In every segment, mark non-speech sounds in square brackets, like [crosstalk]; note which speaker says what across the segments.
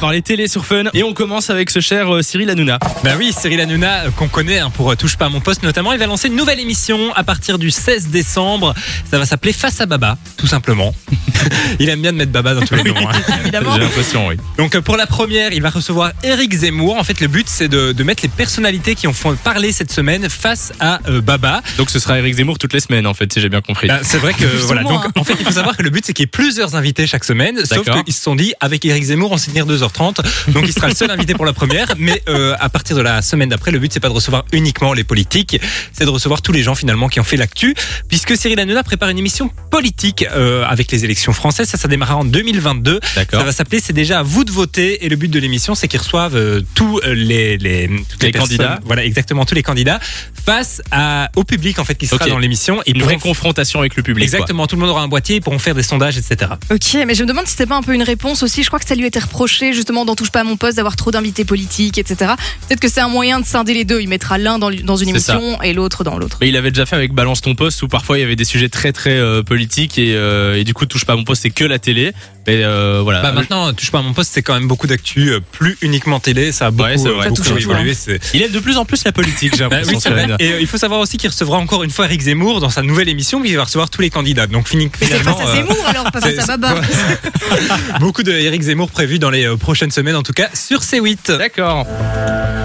Speaker 1: par les télés sur Fun. Et on commence avec ce cher euh, Cyril Hanouna.
Speaker 2: Bah oui, Cyril Hanouna, euh, qu'on connaît hein, pour euh, Touche pas à mon poste notamment, il va lancer une nouvelle émission à partir du 16 décembre. Ça va s'appeler Face à Baba, tout simplement. [laughs] il aime bien de mettre Baba dans tous les noms. hein.
Speaker 1: J'ai l'impression, oui.
Speaker 2: Donc euh, pour la première, il va recevoir Eric Zemmour. En fait, le but, c'est de, de mettre les personnalités qui ont fait parler cette semaine face à euh, Baba.
Speaker 1: Donc ce sera Eric Zemmour toutes les semaines, en fait, si j'ai bien compris.
Speaker 2: Bah, c'est vrai que voilà.
Speaker 3: Justement,
Speaker 2: Donc en fait, il faut savoir que le but c'est qu'il y ait plusieurs invités chaque semaine. Sauf
Speaker 1: hein. D'accord.
Speaker 2: qu'ils se sont dit avec Eric Zemmour on s'est tenir 2h30, donc il sera le seul invité pour la première. Mais euh, à partir de la semaine d'après, le but c'est pas de recevoir uniquement les politiques, c'est de recevoir tous les gens finalement qui ont fait l'actu, puisque Cyril Hanouna prépare une émission politique euh, avec les élections françaises. Ça, ça démarrera en 2022. Ça
Speaker 1: D'accord.
Speaker 2: va s'appeler C'est déjà à vous de voter. Et le but de l'émission, c'est qu'ils reçoivent euh, tous euh, les, les, toutes
Speaker 1: Les
Speaker 2: personnes-
Speaker 1: candidats.
Speaker 2: Voilà, exactement, tous les candidats face à, au public en fait qui sera
Speaker 1: Ok.
Speaker 2: dans l'émission. Et
Speaker 1: Une vraie
Speaker 2: pourront-
Speaker 1: confrontation avec le public. quoi.
Speaker 2: Exactement, tout le monde aura un boîtier, ils pourront faire des sondages, etc.
Speaker 3: Ok, mais je me demande si c'était pas un peu une réponse aussi. Je crois que ça lui était reproché justement dans Touche pas à mon poste d'avoir trop d'invités politiques, etc. Peut-être que c'est un moyen de scinder les deux. Il mettra l'un dans, l- dans une
Speaker 1: C'est ça.
Speaker 3: émission et l'autre dans l'autre.
Speaker 1: Mais il avait déjà fait avec Balance ton poste où parfois il y avait des sujets très très euh, politiques et, euh, et du coup touche pas à mon poste c'est que la télé. Mais euh, voilà.
Speaker 2: Bah maintenant, touche pas à mon poste, c'est quand même beaucoup d'actu, euh, plus uniquement télé, ça a beaucoup,
Speaker 1: Ouais, c'est
Speaker 2: euh,
Speaker 1: vrai.
Speaker 2: beaucoup
Speaker 3: Ça touche à tout,
Speaker 2: évolué. c'est-
Speaker 1: il aime de plus en plus la politique, j'ai
Speaker 2: Bah oui,
Speaker 1: l'impression.
Speaker 2: c'est vrai.
Speaker 1: Cyril.
Speaker 2: Et euh, il faut savoir aussi qu'il recevra encore une fois Eric Zemmour dans sa nouvelle émission, où il va recevoir tous les candidats. Donc fini-
Speaker 3: Mais c'est
Speaker 2: finalement,
Speaker 3: face à
Speaker 2: euh,
Speaker 3: Zemmour alors, pas
Speaker 2: c'est-
Speaker 3: face à Baba.
Speaker 2: [laughs] beaucoup de Eric Zemmour prévus dans les euh, prochaines semaines, en tout cas sur C8.
Speaker 1: D'accord.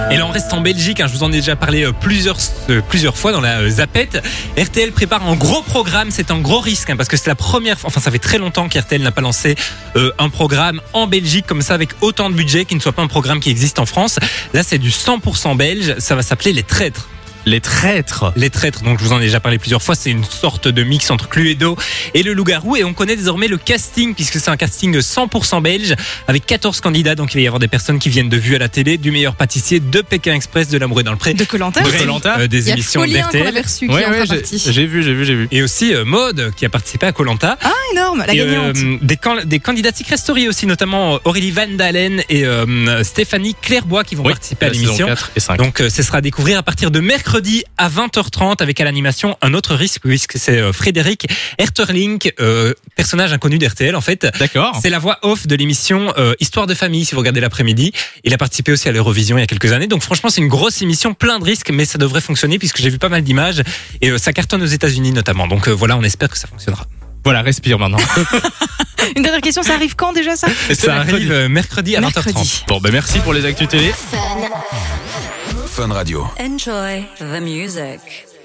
Speaker 2: Et là, on reste en Belgique. hein, je vous en ai déjà parlé euh, plusieurs, euh, plusieurs fois dans la euh, zapette. RTL prépare un gros programme. C'est un gros risque hein, parce que c'est la première. fois- Enfin, ça fait très longtemps qu'RTL n'a pas lancé euh, un programme en Belgique comme ça avec autant de budget qui ne soit pas un programme qui existe en France. Là, c'est du 100% belge. Ça va s'appeler les traîtres.
Speaker 1: Les traîtres.
Speaker 2: Les traîtres, donc je vous en ai déjà parlé plusieurs fois, c'est une sorte de mix entre Cluedo et le loup-garou. Et on connaît désormais le casting, puisque c'est un casting 100% belge, avec 14 candidats. Donc il va y avoir des personnes qui viennent de vue à la télé, du meilleur pâtissier, de Pékin Express, de l'amour et dans le pré.
Speaker 3: De Colanta.
Speaker 1: De
Speaker 2: Bref,
Speaker 1: Koh-Lanta.
Speaker 2: euh,
Speaker 3: Il
Speaker 2: des
Speaker 3: y a
Speaker 2: émissions
Speaker 3: Folien qu'on
Speaker 2: d'RTL.
Speaker 3: avait reçu qui
Speaker 1: Ouais,
Speaker 3: en
Speaker 1: ouais,
Speaker 3: fera
Speaker 1: j'ai
Speaker 3: partie.
Speaker 1: j'ai vu, j'ai vu, j'ai vu.
Speaker 2: Et aussi euh, Maude, qui a participé à Colanta. euh,
Speaker 3: Ah, énorme,
Speaker 1: euh,
Speaker 3: la gagnante.
Speaker 2: des, can- des candidats Secret Story aussi, notamment euh, Aurélie Van Dalen et euh, Stéphanie Clairbois qui vont
Speaker 1: Oui, bah,
Speaker 2: participer à
Speaker 1: la saison
Speaker 2: l'émission.
Speaker 1: 4 et 5.
Speaker 2: Donc euh, ce sera à découvrir à partir de mercredi à 20h30 avec à l'animation un autre risque, puisque c'est euh, Frédéric Herterling, euh, personnage inconnu d'RTL en fait.
Speaker 1: D'accord.
Speaker 2: C'est la voix off de l'émission euh, Histoire de famille, si vous regardez l'après-midi. Il a participé aussi à l'Eurovision il y a quelques années. Donc franchement, c'est une grosse émission, plein de risques, mais ça devrait fonctionner puisque j'ai vu pas mal d'images et euh, ça cartonne aux États-Unis notamment. Donc euh, voilà, on espère que ça fonctionnera.
Speaker 1: Voilà, respire maintenant.
Speaker 3: Une dernière question, ça arrive quand déjà ça
Speaker 1: Et
Speaker 2: Ça arrive euh, mercredi à
Speaker 3: Mercredi.
Speaker 2: 20h30.
Speaker 1: Bon, ben merci pour les actus télé.
Speaker 4: Fun Radio.
Speaker 5: Enjoy the music.